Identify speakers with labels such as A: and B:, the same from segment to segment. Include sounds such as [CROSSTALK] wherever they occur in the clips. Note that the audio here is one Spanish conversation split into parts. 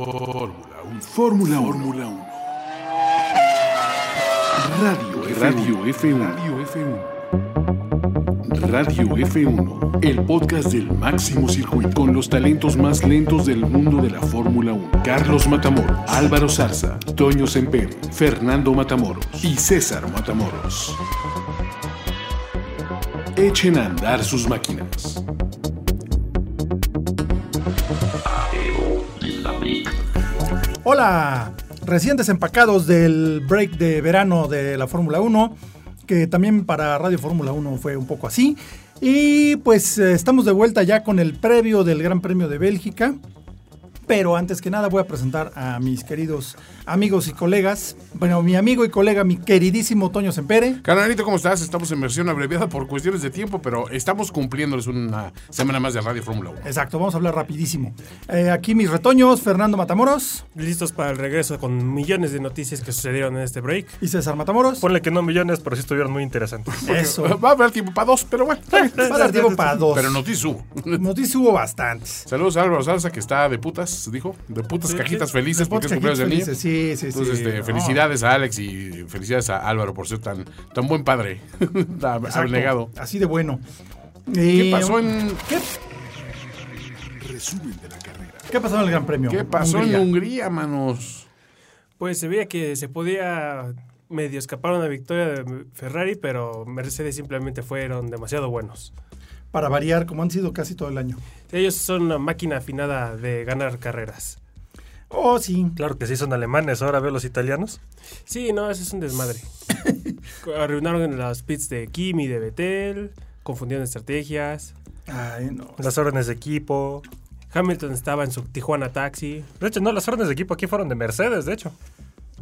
A: Fórmula 1. Fórmula 1. Radio Radio F1. Radio F1. Radio F1. El podcast del máximo circuito con los talentos más lentos del mundo de la Fórmula 1. Carlos Matamoros, Álvaro Zarza, Toño Semper, Fernando Matamoros y César Matamoros. Echen a andar sus máquinas.
B: Hola, recién desempacados del break de verano de la Fórmula 1, que también para Radio Fórmula 1 fue un poco así. Y pues eh, estamos de vuelta ya con el previo del Gran Premio de Bélgica. Pero antes que nada voy a presentar a mis queridos amigos y colegas. Bueno, mi amigo y colega, mi queridísimo Toño Sempere.
C: Carnalito, ¿cómo estás? Estamos en versión abreviada por cuestiones de tiempo, pero estamos cumpliéndoles una semana más de Radio Fórmula 1.
B: Exacto, vamos a hablar rapidísimo. Eh, aquí mis retoños, Fernando Matamoros
D: Listos para el regreso con millones de noticias que sucedieron en este break.
B: y César Matamoros.
D: Ponle que no millones, pero sí estuvieron muy interesantes.
B: Eso.
C: Va a haber tiempo para dos, pero bueno. está bien.
B: Va a dar tiempo para dos.
C: pero noticias hubo.
B: Noticias hubo bastantes.
C: Saludos a Álvaro Salsa, que está de putas, dijo. De putas cajitas felices porque es cumpleaños de niño.
B: Felices, Sí, sí, sí.
C: Entonces, este,
B: No.
C: felicidades a Alex y felicidades a Álvaro por ser tan, tan buen padre. [LAUGHS] Tan Abnegado.
B: Así de bueno.
C: ¿Qué
B: Eh,
C: pasó en,
B: ¿Qué,
A: Resumen de la carrera.
B: qué pasó en el Gran Premio?
C: qué pasó
B: Hungría?
C: en Hungría, manos?
D: Pues se veía que se podía medio escapar una victoria de Ferrari, pero Mercedes simplemente fueron demasiado buenos.
B: Para variar, como han sido casi todo el año.
D: Ellos son una máquina afinada de ganar carreras.
B: Oh, sí.
E: Claro que sí, son alemanes. Ahora veo los italianos.
D: Sí, no, eso es un [LAUGHS] desmadre. Arruinaron las pits de Kimi, de Betel, confundieron estrategias.
B: Ay, no.
E: Las órdenes de equipo.
D: Hamilton estaba en su Tijuana Taxi.
E: De hecho, no, las órdenes de equipo aquí fueron de Mercedes, de hecho.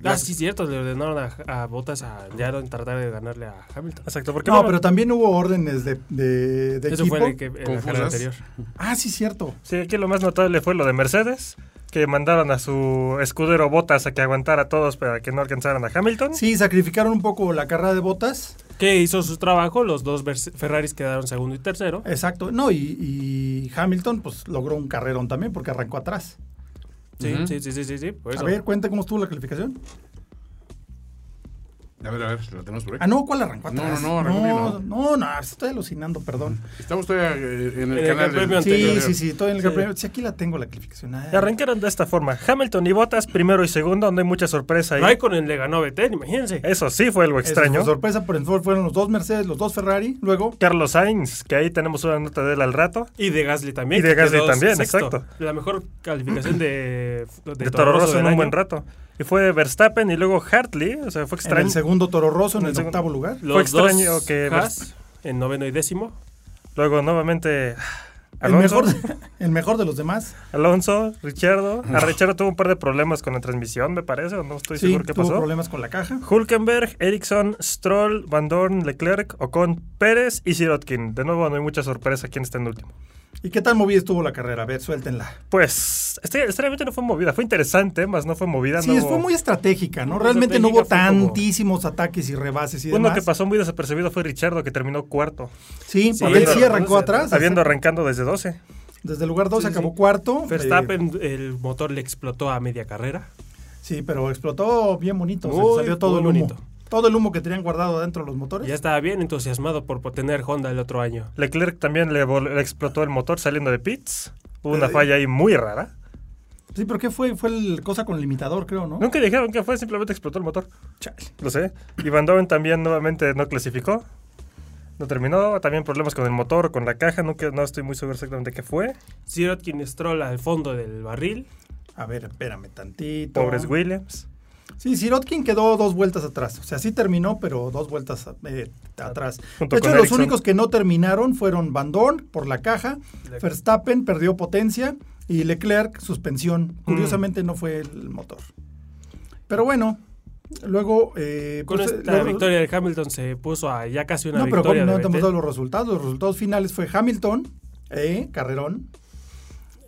D: Ah, sí, cierto, le ordenaron a, a Bottas a ya no tratar de ganarle a Hamilton.
E: Exacto, porque
B: No,
E: bueno,
B: pero también hubo órdenes de, de, de
D: Eso
B: equipo.
D: fue en, el que, en la
C: Confusas.
D: carrera anterior.
B: Ah, sí, cierto.
E: sí, aquí lo más notable fue lo de Mercedes, que mandaron a su escudero Botas a que aguantara a todos para que no alcanzaran a Hamilton.
B: Sí, sacrificaron un poco la carrera de botas.
D: Que hizo su trabajo, los dos Vers- Ferraris quedaron segundo y tercero.
B: Exacto. No, y, y Hamilton, pues logró un carrerón también porque arrancó atrás.
D: Sí, sí, sí, sí, sí, sí, por
B: A
D: eso.
B: ver, cuenta cómo estuvo la calificación.
C: A ver, a ver, la tenemos por ahí.
B: Ah, no, ¿cuál arrancó
C: No,
B: atrás?
C: no, no, arrancó
B: no, no,
C: bien,
B: no, estoy alucinando, perdón.
C: Estamos todavía eh, en el
D: el
C: canal
D: premio
C: del-
B: Sí,
D: anterior.
B: sí, sí, todo en el
D: Sí.
B: Gran Premio. Sí, aquí la tengo la calificación. Ay.
E: Y arrancaron de esta forma. Hamilton y Botas primero y segundo, no hay mucha sorpresa ahí.
D: Raikkonen le ganó a Vettel, imagínense.
E: Eso sí fue algo
B: Eso
E: extraño.
B: fue sorpresa, por ejemplo, fueron los dos Mercedes, los dos Ferrari. Luego,
E: Carlos Sainz, que ahí tenemos una nota de él al rato.
D: Y de Gasly también.
E: Y de
D: que
E: Gasly
D: quedó
E: también, exacto.
D: La mejor calificación de, de,
E: De, Toro Rosso en
D: del
E: un
D: año.
E: buen rato. Y fue Verstappen y luego Hartley, o sea, fue
B: en
E: extraño.
B: el segundo Toro Rosso, en,
E: En el
B: el,
E: segundo.
B: octavo lugar.
D: Los
E: Fue extraño
D: dos
E: que
D: Haas, en noveno y décimo.
E: Luego nuevamente
B: El
E: Alonso,
B: mejor, el mejor de [LAUGHS] los demás.
E: Alonso, Richardo. A Richardo tuvo un par de problemas con la transmisión, me parece, o no estoy
B: Sí,
E: seguro qué
B: tuvo
E: pasó.
B: problemas con la caja.
E: Hulkenberg, Ericsson, Stroll, Van Dorn, Leclerc, Ocon, Pérez y Sirotkin. De nuevo, no hay mucha sorpresa quién está en último.
B: ¿Y qué tan movida estuvo la carrera? A ver, suéltenla.
E: Pues, este- extrañamente no fue movida. Fue interesante, más no fue movida.
B: Sí,
E: no
B: es-
E: hubo-
B: fue muy estratégica, ¿no?
D: Muy
B: Realmente no hubo
D: estratégica, fue como-
B: tantísimos ataques y rebases y
E: Uno
B: demás.
E: que pasó muy desapercibido fue Richardo, que terminó cuarto,
B: Sí,
D: Sí,
B: porque él sí
D: habiendo-
B: arrancó atrás.
E: habiendo arrancando desde 12.
B: Desde el lugar 2
D: Sí, sí,
B: acabó
D: sí.
B: cuarto. Eh,
D: Verstappen, el motor le explotó a media carrera.
B: sí, pero explotó bien bonito. se le
D: Muy,
B: salió todo
D: muy
B: el humo.
D: bonito.
B: Todo el humo que tenían guardado dentro de los motores.
D: Ya estaba bien entusiasmado por tener Honda el otro año.
E: Leclerc también le, vol- le explotó el motor saliendo de pits. Hubo
B: Eh.
E: una falla ahí muy rara.
B: Sí, pero ¿qué fue? Fue el cosa con limitador, creo, ¿no?
E: Nunca dijeron que fue, simplemente explotó el motor.
B: Chale.
E: Lo sé. Y Van Doren también nuevamente no clasificó. No terminó. También problemas con el motor, con la caja. No, que- no estoy muy seguro exactamente qué fue.
D: Sirotkin Stroll al fondo del barril.
B: A ver, espérame tantito.
E: Pobres Williams.
B: Sí, Sirotkin quedó dos vueltas atrás. O sea, sí terminó, pero dos vueltas eh, atrás.
E: Junto
B: de hecho,
E: con
B: los
E: Ericsson.
B: únicos que no terminaron fueron Van Dorn por la caja, Verstappen perdió potencia y Leclerc suspensión.
E: Mm.
B: Curiosamente no fue el motor. Pero bueno, luego... eh,
D: Con
B: pues, eh,
D: esta
B: luego-
D: victoria de Hamilton se puso a ya casi una
B: No, pero
D: victoria
B: ¿cómo no
D: de
B: hemos
D: Vettel.
B: dado los resultados. Los resultados finales fue Hamilton, eh, Carrerón,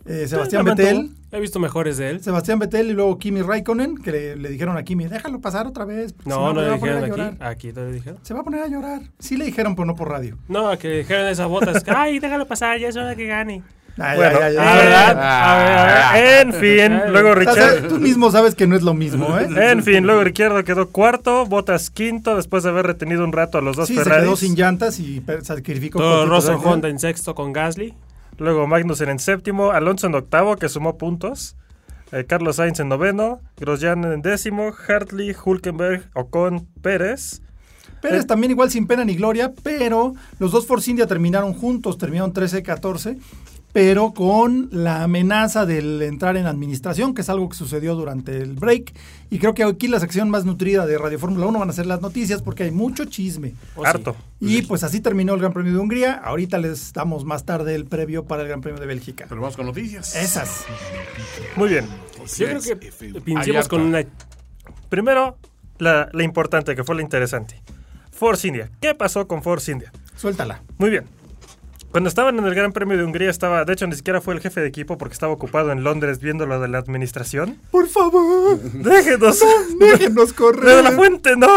B: eh, Sebastián
E: la mantuvo.
B: Vettel,
D: He visto mejores de él.
B: Sebastián Vettel y luego Kimi Raikkonen, que le, le dijeron a Kimi, déjalo pasar otra vez. porque si
D: No, no
B: me
D: le
B: va a poner
D: dijeron
B: a llorar".
D: aquí. Aquí no le dijeron.
B: Se va a poner a llorar. Sí le dijeron, pero no por radio.
D: No, que le dijeron esas botas. Ay, déjalo pasar, ya es hora que gane.
B: Ay,
E: Bueno,
B: ay, ay,
E: ah,
B: ay.
E: ¿verdad?
C: Ah.
E: A
B: eh.
E: ver, En fin, luego
B: O sea,
E: Richard.
B: tú mismo sabes que no es lo mismo,
D: [LAUGHS]
B: ¿eh?
E: En fin, luego Ricciardo quedó cuarto, Botas quinto, después de haber retenido un rato a los dos
B: Sí, se
E: Ferraris.
B: quedó sin llantas y per- sacrificó.
D: Todo
B: cualquier
D: Rosso
B: cosa.
D: Honda en sexto con Gasly.
E: Luego Magnussen en séptimo, Alonso en octavo, que sumó puntos. eh, Carlos Sainz en noveno, Grosjean en décimo, Hartley, Hulkenberg, Ocon, Pérez.
B: Pérez también igual sin pena ni gloria, pero los dos Force India terminaron juntos, terminaron 13-14, pero con la amenaza del entrar en administración, que es algo que sucedió durante el break. Y creo que aquí la sección más nutrida de Radio Fórmula 1 van a ser las noticias porque hay mucho chisme.
D: ¿o Oh, sí?
E: harto.
B: Y pues así terminó el Gran Premio de Hungría. Ahorita les damos más tarde el previo para el Gran Premio de Bélgica.
C: Pero vamos con noticias.
B: Esas.
E: Muy bien.
D: Yo creo que
A: F1.
C: Hay
D: pinchemos
C: harta.
D: con una.
E: Primero, la, la importante, que fue la interesante. Force India. ¿Qué pasó con Force India?
B: Suéltala.
E: Muy bien. Cuando estaban en el Gran Premio de Hungría estaba, de hecho ni siquiera fue el jefe de equipo porque estaba ocupado en Londres viendo lo de la administración.
D: [LAUGHS]
B: Por favor,
E: Déjenos.
B: déjenos
E: ¡Lo de la
B: correr.
E: fuente, no.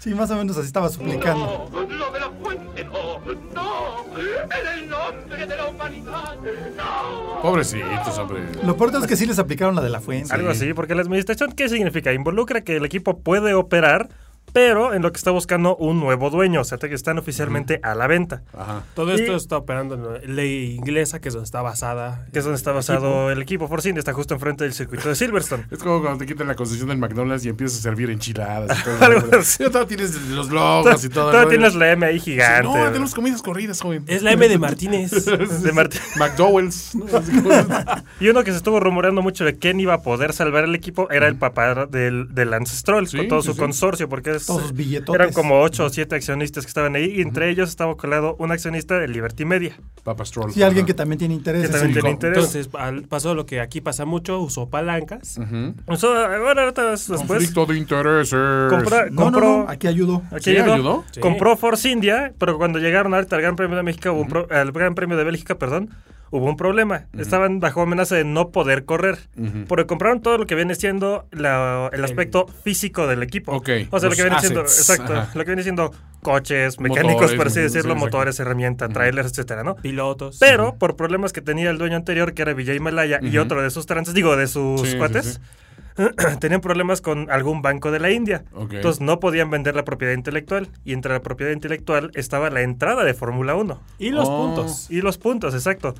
B: Sí, más o menos así estaba suplicando.
F: No, lo de la fuente, no, no, en el nombre de la humanidad, no.
C: Pobrecitos, hombre.
B: Lo peor es que sí les aplicaron la de la fuente.
E: Algo así, porque la administración, ¿qué significa? Involucra que el equipo puede operar, pero en lo que está buscando un nuevo dueño, o sea, que están oficialmente a la venta,
C: Ajá.
D: Todo
E: Y-
D: esto está operando en la ley inglesa, que es donde está basada.
E: que es donde está basado el equipo. Force India está justo enfrente del circuito de Silverstone.
C: Es como cuando te quitan la concesión del McDonald's y empiezas a servir enchiladas. y
E: [LAUGHS]
C: todo.
E: Algo así.
C: Ya todo tienes los logos y todo.
E: Todavía
C: ¿no?
E: tienes la M ahí gigante.
C: No, tenemos comidas corridas, joven. [LAUGHS]
D: Es la M de Martínez.
E: de Martín.
C: McDowell's. ¿no? Así como-
E: [LAUGHS] Y uno que se estuvo rumoreando mucho de quién iba a poder salvar el equipo era el papá del, del Lance Stroll,
C: Sí,
E: con todo
C: sí,
E: su
C: sí.
E: consorcio, porque es-
B: Todos sus billetotes.
E: eran como 8 o 7 accionistas que estaban ahí, y entre ellos estaba colado un accionista de Liberty Media.
C: Papa Stroll.
B: Sí, alguien
C: Ajá.
B: que también tiene
E: Que
B: intereses.
E: también
B: en-
E: tiene interés.
D: Entonces al- pasó lo que aquí pasa mucho: usó palancas.
C: Ah.
E: O sea, bueno, ahorita después.
C: Conflicto de intereses.
E: Compra-
B: No, no,
E: compró.
B: no, aquí ayudó.
E: aquí
C: ¿Sí ayudó?
D: Sí.
E: Compró Force India, pero cuando llegaron ahorita al Gran Premio de México, hubo un pro- al Gran Premio de Bélgica, perdón, hubo un problema. Estaban bajo amenaza de no poder correr, porque compraron todo lo que viene siendo la- el aspecto físico del equipo.
C: Ok,
E: O sea, lo
C: los
E: que viene siendo,
C: assets.
E: exacto,
C: Ajá.
E: lo que viene siendo coches, mecánicos,
C: Motores,
E: por así
C: sí,
E: decirlo,
C: exacto.
E: motores, herramientas, trailers, etcétera, ¿no?
D: Pilotos.
E: Pero por problemas que tenía el dueño anterior, que era Vijay Malaya, y otro de sus trances, digo, de sus
C: Sí, sí,
E: cuates, [CLEARS THROAT] tenían problemas con algún banco de la India.
C: Ok.
E: Entonces no podían vender la propiedad intelectual. Y entre la propiedad intelectual estaba la entrada de Fórmula 1.
D: Y los
C: Oh.
D: puntos.
E: Y los puntos, exacto.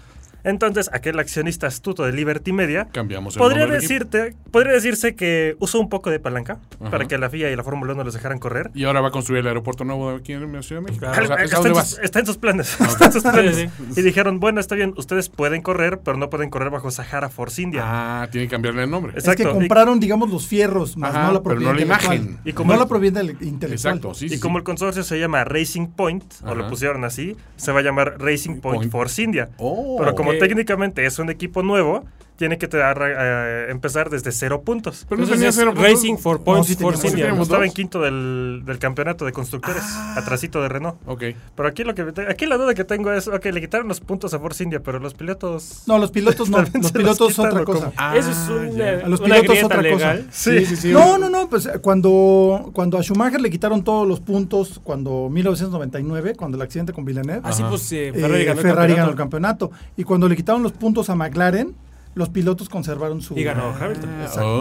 E: Entonces, aquel accionista astuto de Liberty Media
C: Cambiamos el
E: podría,
C: nombre del equipo.
E: decirte, podría decirse que usó un poco de palanca para que la FIA y la Fórmula 1 los dejaran correr.
C: Y ahora va a construir el aeropuerto nuevo aquí en la Ciudad de México.
D: Claro.
C: Ah, O sea, ¿es a
E: está, en
C: dónde
E: sus,
C: vas?
E: está en sus planes. está en sus planes.
D: Sí,
E: Y dijeron, bueno, está bien, ustedes pueden correr, pero no pueden correr bajo Sahara Force India.
C: Ah, tiene que cambiarle el nombre.
E: Exacto.
B: Es que
E: Y-
B: compraron, digamos, los fierros, más
C: Ajá,
B: no la
C: pero no
B: propiedad
C: la
B: intelectual.
C: imagen.
E: Y como-
B: no la propiedad del- intelectual.
C: Exacto, sí.
E: y
C: sí, sí.
E: como el consorcio se llama Racing Point, o lo
C: Ajá.
E: pusieron así, se va a llamar Racing Point,
C: Point.
E: Force India.
C: Oh.
E: pero como
D: Ok.
E: técnicamente es un equipo nuevo, tiene que te dar, eh, empezar desde cero puntos.
C: Pero no tenía
D: Entonces,
C: cero
D: es
C: puntos.
D: Racing for Points
B: sí
D: for
B: teníamos-
C: sí
E: Sí,
D: India.
E: como
C: teníamos Pues,
E: estaba
C: dos. Ah.
E: en quinto del, del campeonato de constructores, atrasito de Renault.
C: Ok.
E: Pero aquí lo que te- aquí la duda que tengo es, ok, le quitaron los puntos a Force India, pero los pilotos...
B: No, los pilotos no.
E: También
B: los
E: se los
B: pilotos es
E: quitan,
B: otra
E: ¿o
B: cosa.
E: cómo?
C: Ah,
D: Eso es una,
E: eh,
B: A los
D: una
B: pilotos
D: grieta
B: otra
D: legal.
B: cosa.
E: Sí,
C: sí, sí.
B: No, no, no, pues cuando, cuando a Schumacher le quitaron todos los puntos, cuando 1999, cuando el accidente con Villeneuve,
D: Así pues, eh,
B: eh,
D: Ferrari, ganó, el
B: ganó el
D: campeonato
B: campeonato. Y cuando le quitaron los puntos a McLaren, los pilotos conservaron su... Ah.
D: Y ganó Hamilton.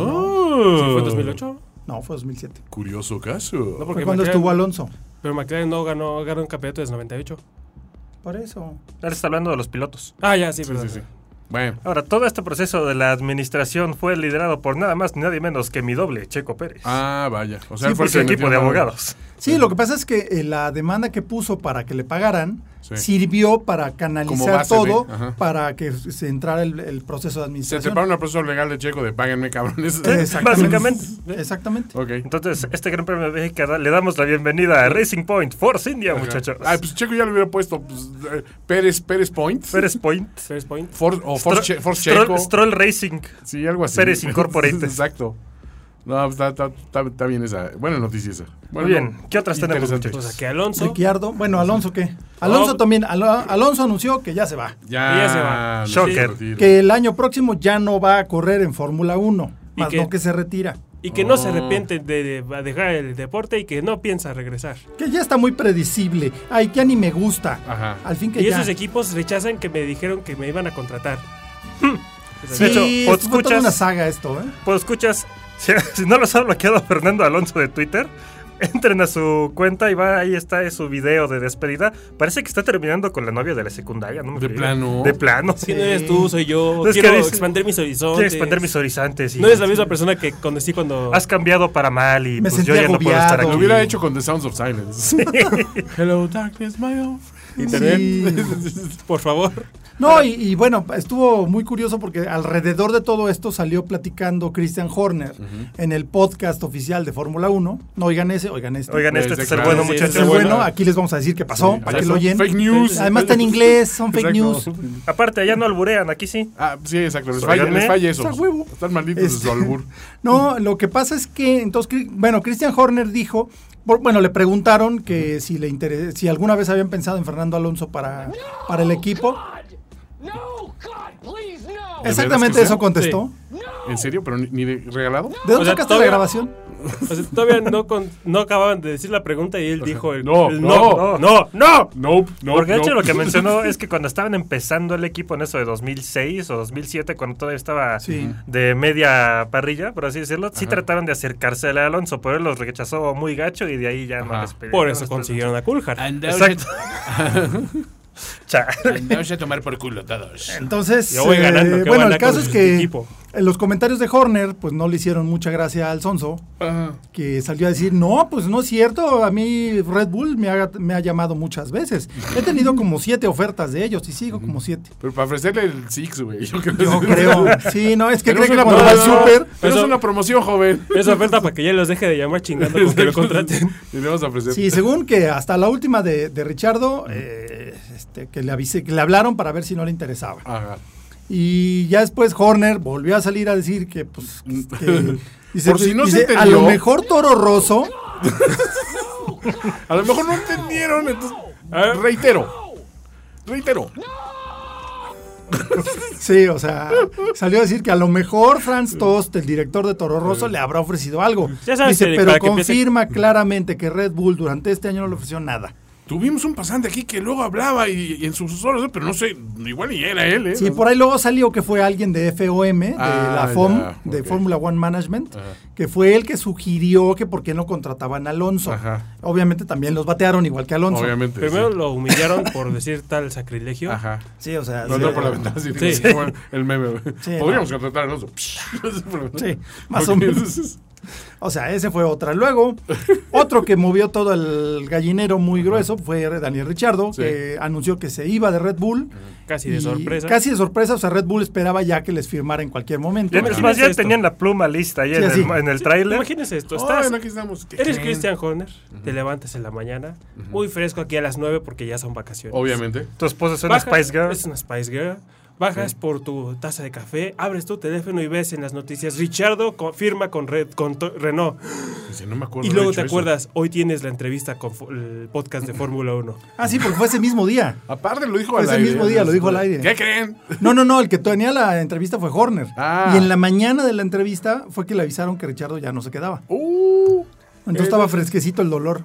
C: Oh.
D: ¿Fue en 2008?
B: No, fue 2007.
C: Curioso caso.
D: No,
B: Fue
D: porque
B: cuando
D: McLaren-
B: estuvo Alonso.
D: Pero McLaren no ganó, ganó un campeonato desde 98.
B: Por eso.
E: Ahora está hablando de los pilotos.
D: Ah, ya, sí,
C: Sí,
D: perdón.
C: sí, sí. Bueno.
E: Ahora, todo este proceso de la administración fue liderado por nada más ni nadie menos que mi doble, Checo Pérez.
C: Ah, vaya. O sea,
E: Sí,
C: él fue
E: fue
C: el
E: su
C: que
E: equipo
C: metió
E: de
C: la-
E: abogados.
B: Sí, lo que pasa es que eh, la demanda que puso para que le pagaran
C: Sí.
B: sirvió para
C: Como
B: canalizar
C: base,
B: todo,
C: ¿ve? Ajá.
B: para que se entrara el, el proceso de
C: Se
B: administración.
C: separaron al proceso legal de Checo de páguenme, cabrones. [LAUGHS]
E: básicamente.
B: Exactamente.
C: Ok.
E: Entonces, este Gran Premio de México da- le damos la bienvenida a Racing Point, Force India, muchachos.
C: Ay, pues Checo ya le hubiera puesto pues, eh, Pérez, Pérez Point.
E: Pérez Point.
D: First point.
C: For- o Force,
E: Stro-
C: Che- Force
E: Stroll-
C: Checo.
E: Stroll Racing.
C: Sí, algo así.
E: Pérez
C: [LAUGHS]
E: Incorporated.
C: Exacto. No, pues, está, está- está- está bien esa. Buena noticia esa. Bueno,
E: Muy bien, ¿qué otras tenemos,
C: interesante.
E: muchachos?
D: O sea, que Alonso.
B: Ricciardo. Bueno,
C: Pues
B: Alonso, ¿qué? Alonso
D: Oh.
B: también. Alo- Alonso anunció que ya se va.
C: Ya,
D: Ella se va.
C: nos
E: Shocker.
C: retira.
B: Que el año próximo ya no va a correr en Fórmula 1.
D: ¿Y
B: Más
D: qué?
B: no que se retira.
D: y que no se arrepiente de, de dejar el deporte y que no piensa regresar.
B: Que ya está muy predecible. Ay, ya ni me gusta.
C: Ajá.
B: Al fin que
D: Y
B: ya.
D: esos equipos rechazan que me dijeron que me iban a contratar.
B: Sí,
E: De
B: esto
E: hecho, ¿o
B: fue toda
E: escuchas?
B: una saga esto, ¿eh?
E: Pues escuchas, [LAUGHS] si, si no los ha bloqueado Fernando Alonso de Twitter, entren a su cuenta y va, ahí está su video de despedida. Parece que está terminando con la novia de la secundaria, ¿no? me
C: De
E: creía.
C: plano.
E: De plano.
D: Si no eres tú, soy yo.
E: Es que
D: Quiero
E: dice-
D: expandir mis horizontes.
E: Quiero expandir mis horizontes. y- pues,
D: No eres la misma persona que conocí [LAUGHS] cuando...
E: Has cambiado para mal y
B: Me
E: pues
B: sentí
E: yo ya no puedo estar
B: agobiado.
E: aquí.
C: Lo hubiera hecho con The Sounds of Silence. [LAUGHS] Hello, darkness, my old friend.
D: Internet.
B: Sí.
C: [LAUGHS]
D: Por favor.
B: No, y, y bueno, estuvo muy curioso porque alrededor de todo esto salió platicando Christian Horner en el podcast oficial de Fórmula 1. No, oigan ese, oigan este.
E: Oigan, este
C: Desde
E: es el
C: claro,
E: bueno,
D: sí,
E: muchachos.
B: Este es
D: bueno.
B: bueno, aquí les vamos a decir qué pasó,
C: Sí, o
B: para
C: sea,
B: que lo
C: son
B: oyen.
C: Fake news.
B: Además está en inglés, son fake
C: Exacto.
B: news.
E: Aparte, allá no alburean, aquí sí.
C: Ah, sí, exacto. Les
E: Oiganme.
C: falla, les falla eso.
B: Está huevo.
C: Están malditos de
B: Este,
C: su albur.
B: No, lo que pasa es que, entonces, Cri- bueno, Christian Horner dijo, por- bueno, le preguntaron que si le interesa, si alguna vez habían pensado en Fernando Alonso para, para el equipo.
F: No, God, please, no.
C: Es-
B: Exactamente
C: que
B: eso
C: sí?
B: contestó.
C: ¿En serio? ¿Pero ni, ni de- regalado?
B: ¿De dónde
D: O sea,
B: sacaste
D: todavía-
B: la grabación?
D: O sea, todavía no, con- no acababan de decir la pregunta y él dijo... El,
C: no,
D: el
C: no,
E: no,
D: no, no.
C: Nope, no.
E: Porque de hecho
C: nope.
E: lo que mencionó es que cuando estaban empezando el equipo en eso de 2006 o 2007, cuando todavía estaba
B: Sí.
E: de media parrilla, por así decirlo, sí trataron de acercarse a Alonso, pero él los rechazó muy gacho y de ahí ya no
C: Ajá.
E: les pidieron.
D: Por eso
E: Entonces, [LAUGHS]
D: consiguieron a Kulhar.
E: Exacto. Cha.
C: Vamos a tomar por culo todos.
B: Entonces,
D: Yo voy
B: eh,
D: ganando, qué
B: bueno,
D: buena
B: el caso
D: con
B: es
D: su
B: que
D: equipo.
B: en los comentarios de Horner, pues no le hicieron mucha gracia al Sonso, que salió a decir, no, pues no es cierto, a mí Red Bull me ha, me ha llamado muchas veces. He tenido como siete ofertas de ellos y sigo como siete.
C: Pero para ofrecerle el Six, güey. Yo creo. [LAUGHS]
B: Yo
D: [LAUGHS]
B: creo, sí, no, es que creo
C: Tenemos
B: que
C: una
B: cuando va al
C: promoción-
B: súper...
C: Tenemos
D: Eso-
C: una promoción, joven.
D: Esa oferta para que ya los deje de llamar chingando con que lo contraten.
C: [LAUGHS]
D: [LAUGHS]
C: Y le vamos a ofrecer.
B: Sí, según que hasta la última de, de Richardo, eh, este, que, le avise, que le hablaron para ver si no le interesaba.
C: Ajá.
B: Y ya después Horner volvió a salir a decir que, pues,
C: [LAUGHS]
B: que- que- dice,
C: Por si no
B: dice,
C: se entendió".
B: a lo mejor Toro Rosso,
C: A lo mejor no entendieron, entonces.
D: A ver.
C: Reitero. Reitero.
B: sí, o sea, salió a decir que a lo mejor Franz Tost, el director de Toro Rosso, le habrá ofrecido algo.
D: Ya sabes
B: dice,
D: que
B: pero
D: para que empiece-
B: confirma claramente que Red Bull durante este año no le ofreció nada.
C: Tuvimos un pasante aquí que luego hablaba y, y en sus horas, pero no sé, igual y era él, ¿eh?
B: Sí, por ahí luego salió que fue alguien de FOM, de
C: Ah,
B: la FOM,
C: ya,
B: de
C: ok.
B: Fórmula One Management, que fue el que sugirió que por qué no contrataban a Alonso.
C: Ajá.
B: Obviamente también los batearon igual que Alonso.
C: Obviamente.
D: Primero
C: sí.
D: lo humillaron por decir tal sacrilegio.
C: Ajá.
B: Sí, o sea,
C: No
B: sí.
C: entró por la ventana, sí,
D: Sí.
C: sí, como el meme. güey.
B: Sí,
C: Podríamos contratar a [LAUGHS] Alonso.
B: Sí, más o menos. O sea, ese fue otra. Luego, otro que movió todo el gallinero muy grueso fue Daniel Richardo,
C: Sí.
B: que anunció que se iba de Red Bull.
D: Casi de
B: Y
D: sorpresa.
B: Casi de sorpresa, o sea, Red Bull esperaba ya que les firmara en cualquier momento.
E: Ya, es más, ya
D: esto.
E: tenían la pluma lista ahí
B: Sí,
E: en,
B: así.
E: el, en el tráiler.
D: Imagínese esto, estás,
C: Estás, aquí estamos. ¿Qué
D: eres
C: creen?
D: Christian Horner, te levantas en la mañana, muy fresco aquí a las 9 porque ya son vacaciones.
C: Obviamente.
E: Tu esposa es una
D: Bajas-
E: Spice Girl.
D: Es una Spice Girl. Bajas por tu taza de café, abres tu teléfono y ves en las noticias, Richardo co- firma con, Red, con to- Renault.
C: Dice, no me acuerdo.
D: Y
C: de
D: luego
C: hecho
D: te
C: eso.
D: acuerdas, hoy tienes la entrevista con fo- el podcast de
C: [LAUGHS]
D: Fórmula 1.
B: Ah, sí, porque fue ese mismo día.
C: Aparte lo dijo
B: Fue
C: al
B: ese
C: aire.
B: mismo día, lo dijo al aire.
C: ¿Qué creen?
B: No, no, no, el que tenía la entrevista fue Horner.
C: Ah.
B: Y en la mañana de la entrevista fue que le avisaron que Richardo ya no se quedaba.
C: Uh,
B: Entonces estaba fresquecito el dolor.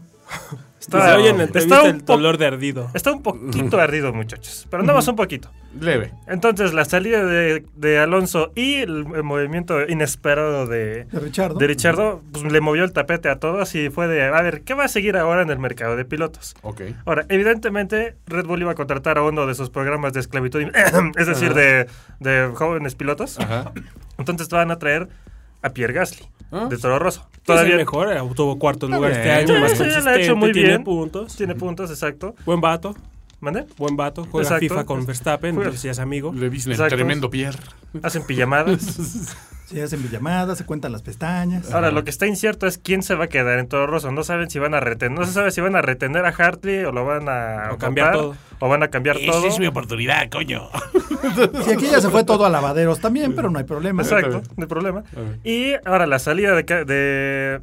D: Está, hoy en la
E: está
D: entrevista
E: un
D: el
E: po-
D: dolor de ardido.
E: Está un poquito ardido, muchachos. Pero nada más un poquito.
C: leve.
E: Entonces, la salida de, de Alonso y el, el movimiento inesperado de,
B: De Richardo.
E: de Richardo, pues le movió el tapete a todos y fue de, a ver, ¿qué va a seguir ahora en el mercado de pilotos?
C: Ok.
E: Ahora, evidentemente, Red Bull iba a contratar a uno de sus programas de esclavitud, [CLEARS THROAT] es decir, de, de jóvenes
B: [LAUGHS]
E: pilotos.
C: Ajá.
E: Entonces te van a traer a Pierre Gasly,
C: Ah.
E: de Toro Rosso.
D: Todavía
E: Todavía
D: mejor, eh, tuvo cuarto lugar
C: bien.
D: este año,
E: Sí,
D: más
E: sí, la ha hecho
D: consistente,
E: muy
D: tiene
E: bien.
D: puntos.
E: tiene puntos, exacto.
D: Buen vato,
E: ¿Mande?
D: buen vato, juega
E: Exacto.
D: FIFA con Verstappen,
E: Juega-
D: entonces ya es amigo.
C: Le dicen el
E: Exacto.
C: tremendo Pierre.
E: Hacen
D: [LAUGHS]
E: pijamadas.
B: Se hacen llamadas, se cuentan las pestañas.
E: Ahora, lo que está incierto es quién se va a quedar en Toro Rosso. No saben si van a retener, no se sabe si van a retener a Hartley o lo van a
D: O cambiar todo.
E: o van a cambiar todo.
C: oportunidad, coño.
B: Sí, aquí ya se fue todo a lavaderos también, pero no hay problema.
E: Exacto, no hay problema. Y ahora la salida de, ca- de,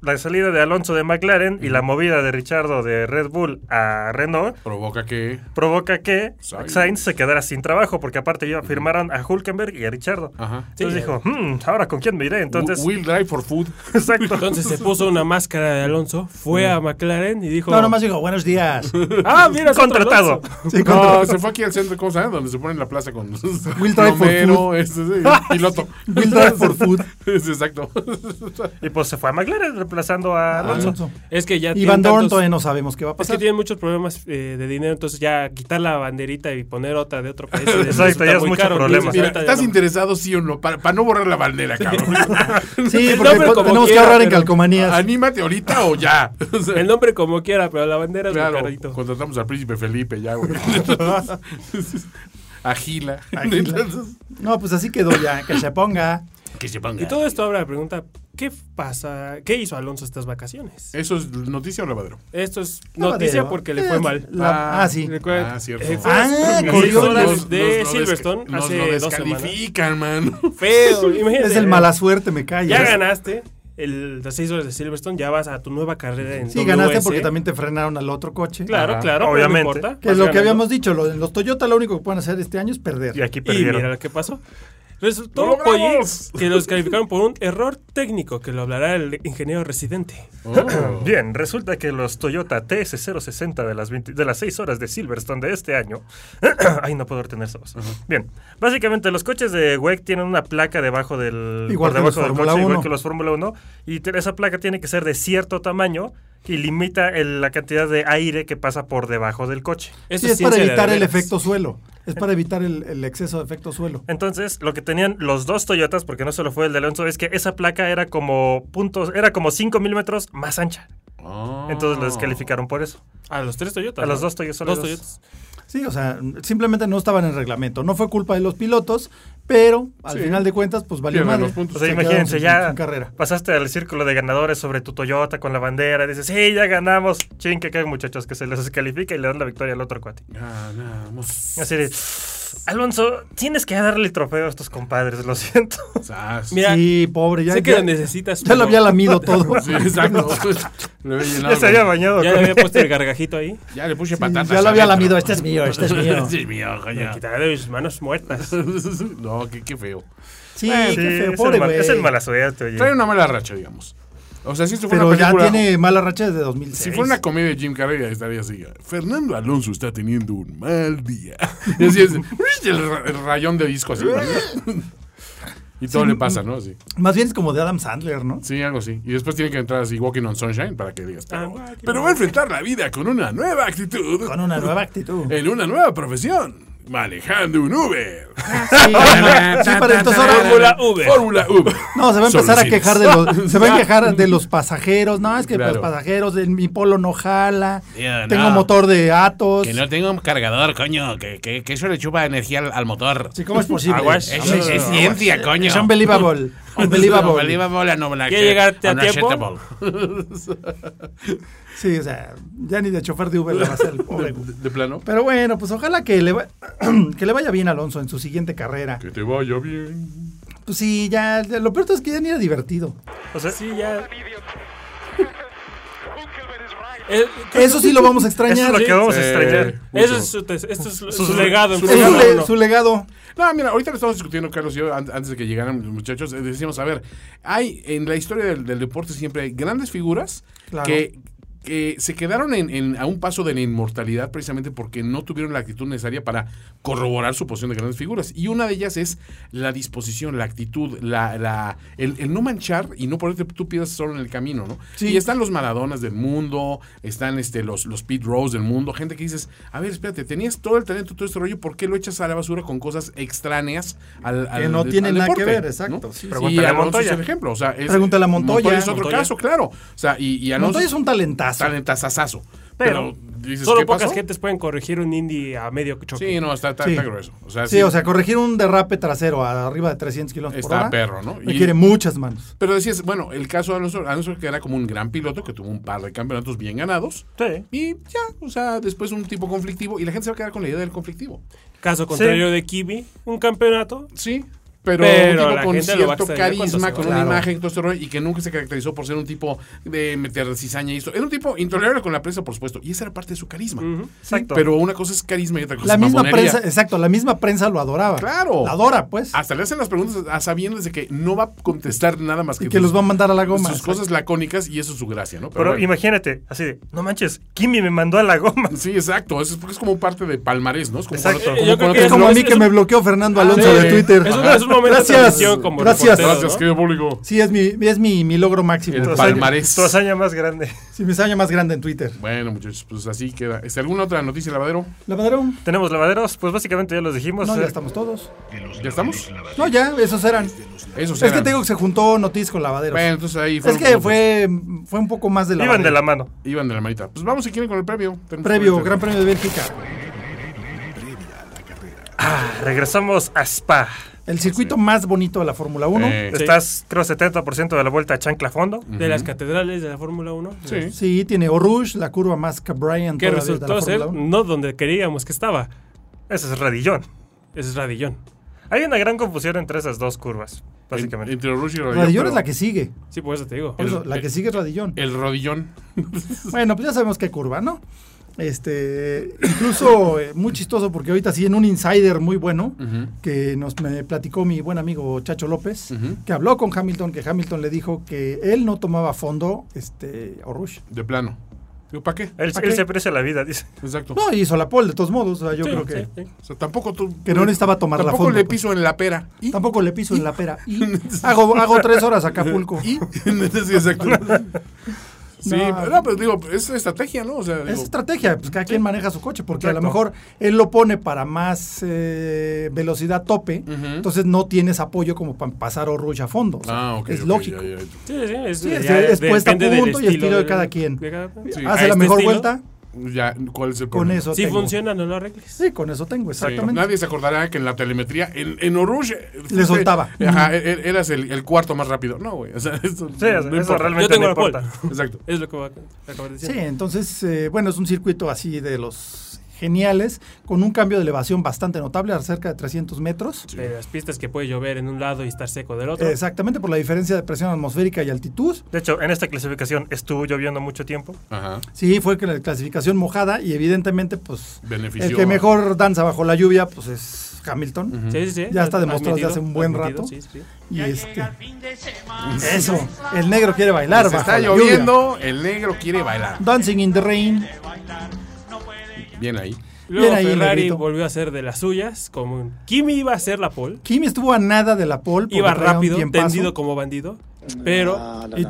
E: la salida de Alonso de McLaren y la movida de Richardo de Red Bull a Renault
C: Provoca que.
E: provoca que
C: Sainz.
E: Sainz se quedara sin trabajo, porque aparte ya firmaron a Hulkenberg y a Richardo.
C: Ajá.
E: Entonces dijo, "Hmm, ahora con quién me iré. Entonces,
C: Will drive for food.
E: exacto.
D: [LAUGHS] Entonces se puso una máscara de Alonso, fue a McLaren y dijo...
B: No, nomás digo, buenos días.
D: Ah, mira, es otro
E: contratado.
D: Alonso".
B: Sí,
C: No, se fue aquí al centro, ¿cómo se llama? Donde se pone en la plaza con.
B: [LAUGHS]
C: Will
B: drive for food.
C: Este,
B: [LAUGHS]
C: sí, piloto.
B: Will drive
C: [LAUGHS]
B: for food.
C: Es exacto.
E: Y pues se fue a McLaren reemplazando
D: Ah,
E: a Alonso.
B: Alonso.
D: Es que ya
B: Y
D: tienen
B: Van Dorn
D: tantos-
B: todavía eh, no sabemos qué va a
D: Es que
B: pasar.
D: tienen muchos problemas eh, de dinero, entonces ya quitar la banderita y poner otra de
B: [LAUGHS]
D: otro país. eh,
E: Exacto,
D: resulta
E: ya es
D: muy
E: mucho
D: caro.
E: problema.
D: Entonces,
C: Mira,
D: ahorita ya
C: ¿estás
D: no.
C: interesado sí o no? Para, para no borrar la bandera, cabrón.
B: [LAUGHS] Sí,
D: [LAUGHS] El
B: porque
D: nombre
B: po-
D: como
B: tenemos
D: quiera,
B: que ahorrar en
D: pero- Ah,
B: calcomanías.
C: Anímate ahorita o
B: [LAUGHS]
C: ya. O sea,
D: El nombre como quiera, pero la bandera es
C: claro,
D: muy carito.
C: contratamos al príncipe Felipe ya,
B: [LAUGHS]
C: güey. Agila. Entonces,
B: No, pues así quedó ya, que se ponga.
C: que se ponga.
D: Y todo esto ahora la pregunta, ¿qué pasa? ¿Qué hizo Alonso estas vacaciones?
C: ¿Eso es noticia o lavadero?
D: Esto es
B: Lavadero.
D: [LAUGHS] noticia porque le fue
B: Es
D: mal.
B: la- ah, sí.
D: Recuerda-
C: Ah, cierto.
D: eh, fue
B: Ah,
D: las
B: corrió
D: seis horas
B: los-
D: de
C: nos lo
D: Silverstone
C: desca- nos
D: hace
C: lo
D: dos semanas.
C: descalifican, man.
D: Feo, imagínate.
B: Es el mala suerte, me callas.
D: Ya ganaste el, las seis horas de Silverstone, ya vas a tu nueva carrera en
B: Sí, ganaste
D: WS.
B: porque también te frenaron al otro coche.
D: ¿eh? Claro,
C: Ajá.
D: claro,
E: Obviamente.
D: obviamente. no importa.
B: Que es
D: vas
B: lo que
D: ganando.
B: habíamos dicho, lo- los Toyota lo único que pueden hacer este año es perder.
E: Y aquí
D: Y
E: perdieron.
D: mira lo que pasó. Resultó,
C: ¡Lo logramos!
D: Poyix, que los calificaron por un error técnico, que lo hablará el ingeniero residente.
C: Oh.
E: [CLEARS THROAT] Bien, resulta que los Toyota TS060 de las, 20 de las 6 horas de Silverstone de este año. [CLEARS THROAT] Ay, no puedo retener esa voz. Bien, básicamente los coches de WEC tienen una placa debajo del.
B: Igual
E: por
B: que
E: debajo
B: los
E: del
B: Fórmula
E: coche, igual
B: 1.
E: que los Fórmula 1. Y te- esa placa tiene que ser de cierto tamaño y limita el- la cantidad de aire que pasa por debajo del coche.
D: Esto
B: Sí, es para
D: ciencia de
B: evitar el
D: veras.
B: efecto suelo. Es para evitar el, el exceso de efecto suelo.
E: Entonces, lo que tenían los dos Toyotas, porque no solo fue el de Alonso, es que esa placa era como puntos, era como 5 milímetros más ancha.
C: Oh,
E: Entonces lo descalificaron por eso.
D: A los tres Toyotas.
E: A los
D: ¿no?
E: dos Toyotas.
D: Dos Toyotas.
B: Sí, o sea, simplemente no estaban en reglamento. No fue culpa de los pilotos, pero al
C: Sí.
B: final de cuentas, pues valió
C: Pierden
B: madre.
C: los puntos.
E: O sea,
B: Se
E: imagínense,
B: quedaron sin-
E: ya
B: sin carrera.
E: pasaste al círculo de ganadores sobre tu Toyota con la bandera. Dices, sí, ya ganamos. Chin, que caen muchachos, que se les descalifica y le dan la victoria al otro cuate.
C: Ganamos.
E: Así de, Alonso, tienes que darle el trofeo a estos compadres,
D: [LAUGHS]
E: lo siento.
C: Sas.
D: Mira,
B: sí, pobre, ya.
D: sé que
B: ya,
D: lo necesitas.
B: ya lo
D: pero
B: había
D: [LAUGHS]
B: lamido todo.
C: Sí,
B: [LAUGHS]
C: exacto. Le había llenado
E: ya se había
C: los-
E: bañado.
D: Ya le
E: con-
D: había puesto el gargajito ahí.
E: [LAUGHS]
C: Ya le puse
B: Sí,
C: patatas.
B: ya lo había
C: adentro.
B: lamido. Este es mío, este es mío.
C: Este es mío,
D: Le
C: coño.
D: quitaré de mis manos muertas.
C: [LAUGHS] No, qué, qué feo.
B: Sí,
E: Sí,
B: qué feo,
E: es,
B: pobre,
E: el mal-
B: güey.
E: es el mala suerte, oye.
C: Trae una mala racha, digamos. O sea, si esto fuera
B: Pero
C: una
B: ya
C: película-
B: tiene mala racha desde 2006.
C: Si fuera una comedia de Jim Carrey, estaría así. Fernando Alonso está teniendo un mal día. [LAUGHS] Y así es. El, ra- el rayón de disco
B: [LAUGHS]
C: así. Y todo le pasa, ¿no? Así.
B: Más bien es como de Adam Sandler, ¿no?
C: Sí, algo así. Y después tiene que entrar así, Walking on Sunshine, para que digas. Pero,
D: Ah, walking
C: pero va a enfrentar la vida con una nueva actitud.
B: Con una nueva actitud.
C: En una nueva profesión. Manejando un Uber.
B: [LAUGHS] Sí, ajá. Sí, para entonces ahora-
D: Fórmula Uber.
C: Fórmula Uber.
B: No, se va a empezar a
C: Soluciones.
B: quejar de los,
C: [LAUGHS]
B: se va a quejar de los pasajeros. No, es que
C: Claro.
B: los pasajeros, en mi polo no jala.
G: Ya,
B: tengo
G: no.
B: motor de Atos.
G: Que no tengo un cargador, coño. Que, que, que eso le chupa energía al, al motor.
B: Sí, ¿cómo es posible? Ah,
D: Aguas.
G: Eso es, es ciencia, coño.
B: Es unbelievable.
G: Unbelievable.
B: Unbelievable.
G: and unaccept-
D: ¿Quiere llegarte a tiempo?
G: unacceptable.
B: Sí, o sea, ya ni de chofer de Uber le va a ser el pobre.
C: De, de plano.
B: Pero bueno, pues ojalá que le, va- [CLEARS THROAT] que le vaya bien a Alonso en su siguiente carrera.
C: Que te vaya bien.
B: Pues sí, ya, lo peor es que ya ni era divertido.
E: O sea,
D: Sí, ya. [LAUGHS]
F: Hulkenberg is right.
D: Eh,
B: Eso sí lo vamos a extrañar.
E: eso es lo que vamos a
C: Sí.
E: extrañar.
D: Eso es su, tes- esto es su, su legado. en
B: Es su,
D: Fórmula
B: le-
D: Uno.
B: su legado.
C: No, mira, ahorita lo estamos discutiendo, Carlos y yo, an- antes de que llegaran los muchachos. eh, Decíamos, a ver, hay en la historia del, del deporte siempre hay grandes figuras
B: Claro.
C: que, que se quedaron en, en- a un paso de la inmortalidad precisamente porque no tuvieron la actitud necesaria para corroborar su posición de grandes figuras. Y una de ellas es la disposición, la actitud, la, la- el, el no manchar y no ponerte tú piedras solo en el camino, ¿no?
B: Sí.
C: Y están los Maradonas del mundo, están este, los, los Pete Rose del mundo, gente que dices, a ver, espérate, tenías todo el talento, todo este rollo, ¿por qué lo echas a la basura con cosas extrañáneas al, al
B: Que no
C: al
B: tienen nada que
C: deporte,
B: ver, exacto, sí, sí.
C: y
E: Pregúntale a
C: Alonso
E: Montoya.
C: es el ejemplo. O sea, es,
B: Pregúntale a Montoya.
C: es otro
D: Montoya.
C: caso, claro. O sea, y, y Alonso
B: Montoya es un talentazo.
C: talentazazazo. Pero,
E: Pero
C: dices,
D: Solo
C: ¿qué
D: pocas
C: pasó?
D: gentes pueden corregir un indie a medio choque.
C: Sí, no, está, está,
B: Sí.
C: está grueso. O sea,
B: Sí, o sea, corregir un derrape trasero a arriba de 300 kilómetros por
C: Está
B: hora.
C: perro, ¿no? Y-
B: Requiere muchas manos.
C: Pero decías, bueno, el caso de Alonso, Alonso que era como un gran piloto que tuvo un par de campeonatos bien ganados.
E: Sí.
C: Y ya, o sea, después un tipo conflictivo y la gente se va a quedar con la idea del conflictivo.
D: Caso contrario de Kiwi, un campeonato
C: Sí. pero,
D: Pero
C: un
D: la
C: tipo con
D: gente lo va a
C: cierto
D: extrañar cuando
C: carisma,
D: se
C: con
D: vaya.
C: una
D: Claro.
C: imagen, todo este rollo, y que nunca se caracterizó por ser un tipo de meter cizaña y esto. Era un tipo intolerable con la prensa, por supuesto, y esa era parte de su carisma.
E: Exacto.
C: Pero una cosa es carisma y otra cosa
B: La
C: es
B: misma
C: pues mamonería.
B: prensa, exacto, la misma prensa lo adoraba.
C: Claro.
B: La adora, pues.
C: Hasta le hacen las preguntas a sabiendas de que no va a contestar nada más que,
B: y que
C: sus-
B: los va a mandar a la goma.
C: sus cosas lacónicas y eso es su gracia, ¿no?
E: Pero
C: bueno.
E: imagínate, así de, no manches, Kimi me mandó a
D: [LAUGHS]
E: la goma.
C: Sí, exacto. Eso es porque es como parte de palmarés, ¿no? Es como
E: Exacto.
C: cuando-
E: Eh,
C: como
D: yo creo
C: cuando
D: que
C: te
B: es como a mí
D: es-
B: que me bloqueó Fernando Alonso
C: sí.
B: de Twitter.
D: Es un, es un momento de
B: Gracias.
D: transición como
B: Gracias.
D: reportero,
C: Gracias,
D: ¿no?
C: querido público.
B: Sí, es mi, es mi, mi logro máximo.
C: El
E: Tu
B: Si
E: hazaña-
C: palmarés.
E: Tu hazaña más grande. [LAUGHS]
B: mi hazaña más grande en Twitter.
C: Bueno, muchachos, pues así queda. ¿Es alguna otra noticia, lavadero?
B: ¿Lavadero?
E: Tenemos lavaderos, pues básicamente ya los dijimos.
B: No,
E: eh,
B: ya estamos todos.
C: ¿Ya estamos?
B: No, ya, esos eran.
C: Eso
B: Es que tengo que se juntó Notiz con Lavaderos.
C: Pues Bueno, entonces ahí
B: es
C: fueron
B: que
C: como-
B: fue, fue un poco más de la
E: Iban de la mano.
C: Iban de la manita. Pues vamos si quieren con el previo. Tenemos
B: Previo,
C: que-
B: Gran Premio de Bélgica.
E: Ah, regresamos a Spa.
B: El circuito más bonito de la Fórmula 1.
C: Eh,
E: Estás, creo, 70% de la vuelta a chancla a fondo.
D: De las catedrales de la Fórmula 1.
C: Sí.
B: Sí, tiene Oruge, la curva más que Brian todavía
D: Que
B: de la
D: resultó
B: Fórmula
D: ser
B: 1.
D: no donde queríamos que estaba.
E: Ese es Radillón.
D: Ese es Radillón.
E: Hay una gran confusión entre esas dos curvas,
C: En-
E: básicamente.
C: Entre Rush y Rodillón.
B: Radillón
C: pero-
B: es la que sigue.
D: Sí, por eso te digo.
B: Por eso, la que sigue es Radillón.
C: El rodillón.
B: Bueno, pues ya sabemos qué curva, ¿no? Este, incluso eh, muy chistoso porque ahorita sí en un insider muy bueno que nos me platicó mi buen amigo Chacho López, que habló con Hamilton, que Hamilton le dijo que él no tomaba fondo este Orush.
C: De plano. Digo, ¿para
D: Eh.
C: qué?
E: Él,
B: ¿pa'
E: él
B: qué?
E: se aprecia la vida, dice.
C: Exacto.
B: No, hizo la pole de todos modos, o sea, yo
D: Sí,
B: creo que
D: sí, sí.
C: O sea, tampoco tú.
B: Que no necesitaba tomarla a
C: Tampoco
B: fondo,
C: le
B: pues.
C: piso en la
B: [LAUGHS]
C: pera. ¿Y?
B: tampoco le piso en la pera. Y hago, hago tres horas a
D: [LAUGHS]
B: Acapulco.
C: ¿Y? sí, exacto. Sí,
B: No.
C: no, pues digo, es estrategia, ¿no? O sea,
B: Es
C: digo,
B: estrategia, pues cada quien maneja su coche, porque a lo
C: Exacto.
B: mejor él lo pone para más eh, velocidad tope, entonces no tienes apoyo como para pasar o rush a fondo. o sea,
C: ah, ok.
B: es
C: ok,
B: lógico.
C: ya, ya.
D: Sí, sí, es,
B: Sí, es-
D: ya
B: es puesta a
D: depende del
B: punto y estilo de cada
D: del-
B: quien.
D: de cada-
C: Sí.
B: Hace
C: ¿A
B: la
D: este
B: mejor
D: estilo?
B: vuelta,
C: Pues Ya, ¿cuál es el
B: con
C: problema?
B: eso
D: Si
B: tengo.
D: funciona, no lo arregles.
B: Sí, con eso tengo,
C: Sí,
B: exactamente.
C: nadie se acordará que en la telemetría, en, en Orush. eh, fuiste-
B: soltaba.
C: Ajá, e- e- eras el, el cuarto más rápido. No, güey. O sea, [LAUGHS] eso,
E: Sí,
C: no
E: eso
C: importa.
E: realmente
D: Yo tengo
E: no
D: la pole.
E: importa.
C: Exacto.
D: Es lo que voy a acabar
B: Sí,
D: diciendo.
B: entonces, eh, bueno, es un circuito así de los geniales, con un cambio de elevación bastante notable, a cerca de 300 metros.
D: De las pistas que puede llover en un lado y estar seco del otro.
B: Exactamente, por la diferencia de presión atmosférica y altitud.
E: De hecho, en esta clasificación estuvo lloviendo mucho tiempo.
C: Ajá.
B: Sí, fue que la clasificación mojada y evidentemente, pues,
C: Benefició
B: el que
C: a-
B: mejor danza bajo la lluvia, pues es Hamilton.
D: Sí, sí, sí.
B: Ya está demostrado desde
D: Admitido,
B: hace un buen
D: admitido,
B: rato.
D: sí, sí.
B: Y este, eso, el negro quiere bailar
C: Se
B: bajo
C: está
B: la lluvia.
C: lloviendo, el negro quiere bailar.
B: Dancing in the rain.
C: Bien ahí.
D: Luego
B: Bien ahí,
D: Ferrari
B: negrito.
D: volvió a hacer de las suyas. Como un- Kimi iba a hacer la pole.
B: Kimi estuvo a nada de la pole. porque
D: Iba
B: traía un
D: rápido,
B: tiempazo.
D: tendido como bandido. Pero
C: Ah,
B: Y,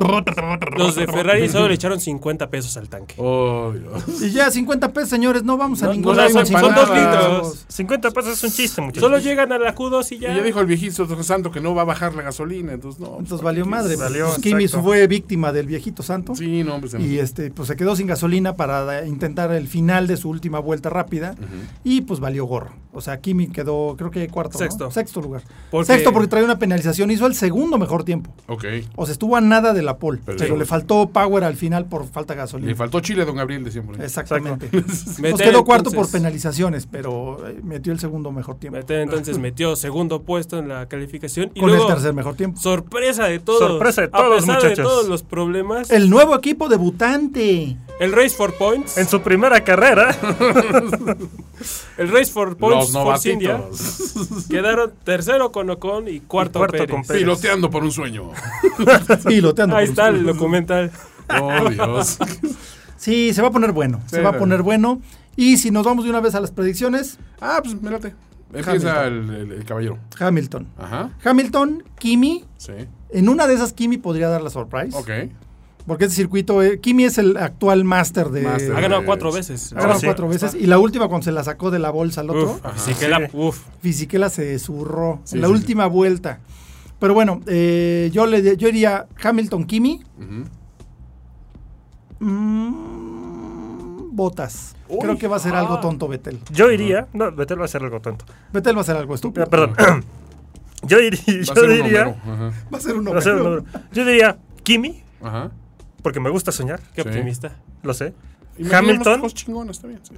D: los de Ferrari solo le echaron 50 pesos al tanque.
C: Oh, Dios.
B: y ya 50 pesos, señores, no vamos a
D: No,
B: ningún
D: no,
B: lado
D: son-
B: sin
D: son
B: 50
D: dos litros.
B: pesos.
E: 50 pesos es un chiste, muchachos.
D: Solo llegan a la Q2 y ya.
C: Y ya dijo el viejito santo que no va a bajar la gasolina, entonces no.
B: Entonces valió madre.
E: Valió,
B: pues, Kimi
E: exacto.
B: fue víctima del viejito santo.
C: Sí, no, pues.
B: Y este, pues se quedó sin gasolina para da- intentar el final de su última vuelta rápida. Y pues valió gorro. O sea, Kimi quedó, creo que cuarto. ¿no?
D: Sexto.
B: Sexto lugar.
D: Porque-
B: Sexto porque traía una penalización. Hizo el segundo mejor tiempo.
C: Ok.
B: O sea, estuvo a nada de la pole. Pero,
C: Pero-
B: le faltó power al final por falta de gasolina.
C: Le faltó Chile a don Gabriel, decían por ahí.
B: Exactamente.
C: [LAUGHS]
D: Vettel,
B: Pues quedó cuarto por
D: entonces-
B: penalizaciones, pero eh, metió el segundo mejor tiempo.
D: Vettel, entonces metió segundo puesto en la calificación. Y
B: con
D: luego,
B: el tercer mejor tiempo.
D: Sorpresa de todos.
E: Sorpresa de todos,
D: A pesar de
E: muchachos.
D: todos los problemas. El,
B: El nuevo equipo
C: [LAUGHS]
B: debutante.
D: Race for Points.
E: En su primera carrera, [LAUGHS]
D: El Race for
C: Los
D: Points
C: [LAUGHS]
D: Force India.
C: novatitos.
D: Quedaron tercero con Ocon y cuarto,
E: cuarto
D: Pérez.
E: con Pérez.
C: Piloteando por un [LAUGHS] sueño.
B: Piloteando.
D: Ahí
B: por
D: está el
B: supuesto.
D: documental.
C: Oh, Dios.
B: Sí, se va a poner bueno. se
C: Sí,
B: va a
C: la-
B: poner bueno. Y si nos vamos de una vez a las predicciones,
C: Ah, pues mírate. Empieza el, el- el caballero.
B: Hamilton.
C: Ajá.
B: Hamilton, Kimi.
C: Sí.
B: En una de esas, Kimi podría dar la surprise.
C: Ok.
B: Porque ese circuito, eh, Kimi es el actual máster de.
C: Máster. Ah,
D: Ha
B: Ha
D: ganado cuatro veces.
B: ganado
E: Sí.
B: cuatro
D: Ah.
B: veces. Y la última, cuando se la sacó de la bolsa al otro,
D: Uf, sí que la- uf.
B: Fisichella se zurró.
C: Sí,
B: en la
C: sí,
B: última vuelta. Pero bueno, eh, yo le di- yo iría Hamilton, Kimi. Mm, botas. Creo que va a ser algo tonto Vettel.
E: yo iría. No, Betel va a ser algo tonto.
B: Vettel va a ser algo
E: Ah,
B: estúpido.
E: Perdón. [CLEARS THROAT] Yo diría.
C: Va a
E: Yo
C: ser un
E: diría,
C: Homero. Ajá.
B: Va a ser un
E: va a ser un
B: número.
E: número. yo diría Kimi,
C: Ajá.
E: porque me gusta soñar,
D: Qué
C: Sí.
D: optimista.
E: lo sé.
C: Imaginemos
E: Hamilton.
C: cosas chingonas, está bien, sí.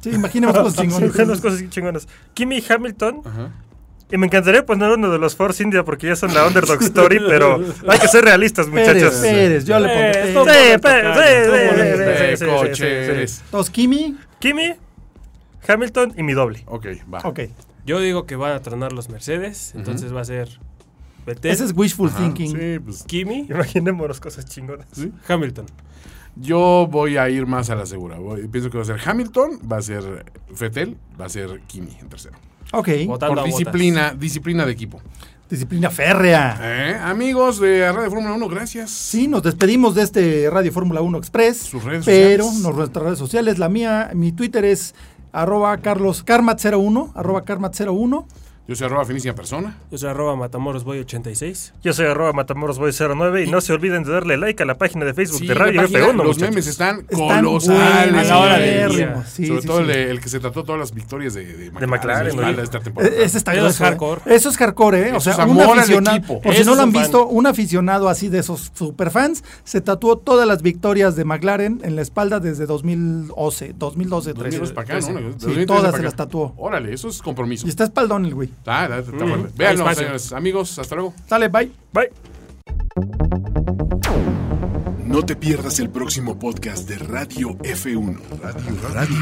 B: Sí, imaginemos cosas
E: Sí, son las
B: chingones.
E: cosas chingonas. Kimi Hamilton,
C: Ajá.
E: Y me encantaría poner uno de los Force India porque ya son la underdog story, pero hay que ser realistas,
B: Pérez,
E: muchachos.
B: Pérez, yo le
D: Eh,
B: pongo.
D: esto-
B: Pérez.
E: Sí, pe- sí, sí,
D: Eh,
E: sí,
C: Eh,
E: sí, sí, sí, sí, sí.
C: coches.
B: Toskimi.
E: Kimi, Hamilton y mi doble.
C: Ok, va.
B: Ok.
D: Yo digo que van a tronar los Mercedes, entonces va a ser Vettel,
B: Ese es wishful thinking.
C: Sí, pues
D: Kimi,
E: Imaginémonos cosas chingonas.
D: Hamilton.
C: yo voy a ir más a la segura. Voy- pienso que va a ser Hamilton, va a ser Fetel, va a ser Kimi en tercero.
B: Ok.
D: Votando
C: Por
D: a Bottas.
C: disciplina, disciplina de equipo.
B: Disciplina férrea.
C: Eh, amigos de Radio Fórmula 1, gracias.
B: Sí, nos despedimos de este Radio Fórmula 1 Express.
C: Sus redes
B: pero
C: sociales.
B: nos- nuestras redes sociales, la mía, mi Twitter es arroba carlos carmat01, arroba carmat01.
C: Yo soy arroba Fenicia Persona.
D: Yo soy arroba matamorosboy86.
E: Yo soy arroba matamorosboy09 y no se olviden de darle like a la página de Facebook
C: Sí,
E: de
C: la
E: Radio
C: página,
E: F1,
C: Los
E: muchachos.
C: memes están,
B: Están
C: colosales.
D: a la hora del
B: buenísimos.
D: día.
B: Sí,
C: Sobre
B: sí,
C: todo El,
B: sí.
C: el que se trató todas las victorias de, de McLaren,
E: McLaren,
C: de Osvaldo
E: oye.
C: esta temporada.
B: E- Ese está
D: Eso es
B: grueso, ¿eh?
D: hardcore.
B: Eso es hardcore, ¿eh?
C: Eso
B: O sea,
C: es
B: un
C: amor al
B: aficionado.
C: equipo.
B: Por si
D: Eso
B: no
D: es
B: lo han
D: un fan.
B: visto, un aficionado así de esos superfans se tatuó todas las victorias de McLaren en la espalda desde 2011, 2012,
C: 2002
B: 13.
C: para acá, ¿no?
B: 2013
C: 2013
B: todas
C: para
B: se
C: acá.
B: las tatuó.
C: Órale, eso es compromiso.
B: Y está espaldón el güey.
C: Ah, da- está bueno.
D: Hay
C: Véanlo,
D: espacio.
C: señores. Amigos, hasta luego.
B: Dale, bye.
E: Bye.
A: No te pierdas el próximo podcast de Radio F1. Radio, Radio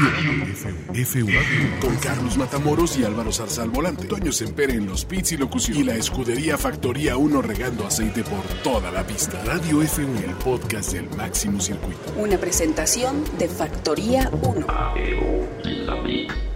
A: F1. Con Carlos Matamoros y Álvaro Zarzal Volante. Toño Sempere en los pits y locución. Y la escudería Factoría 1 regando aceite por toda la pista. Radio F1, el podcast del máximo circuito.
H: Una presentación de Factoría 1.
I: Eo, Lila Mick.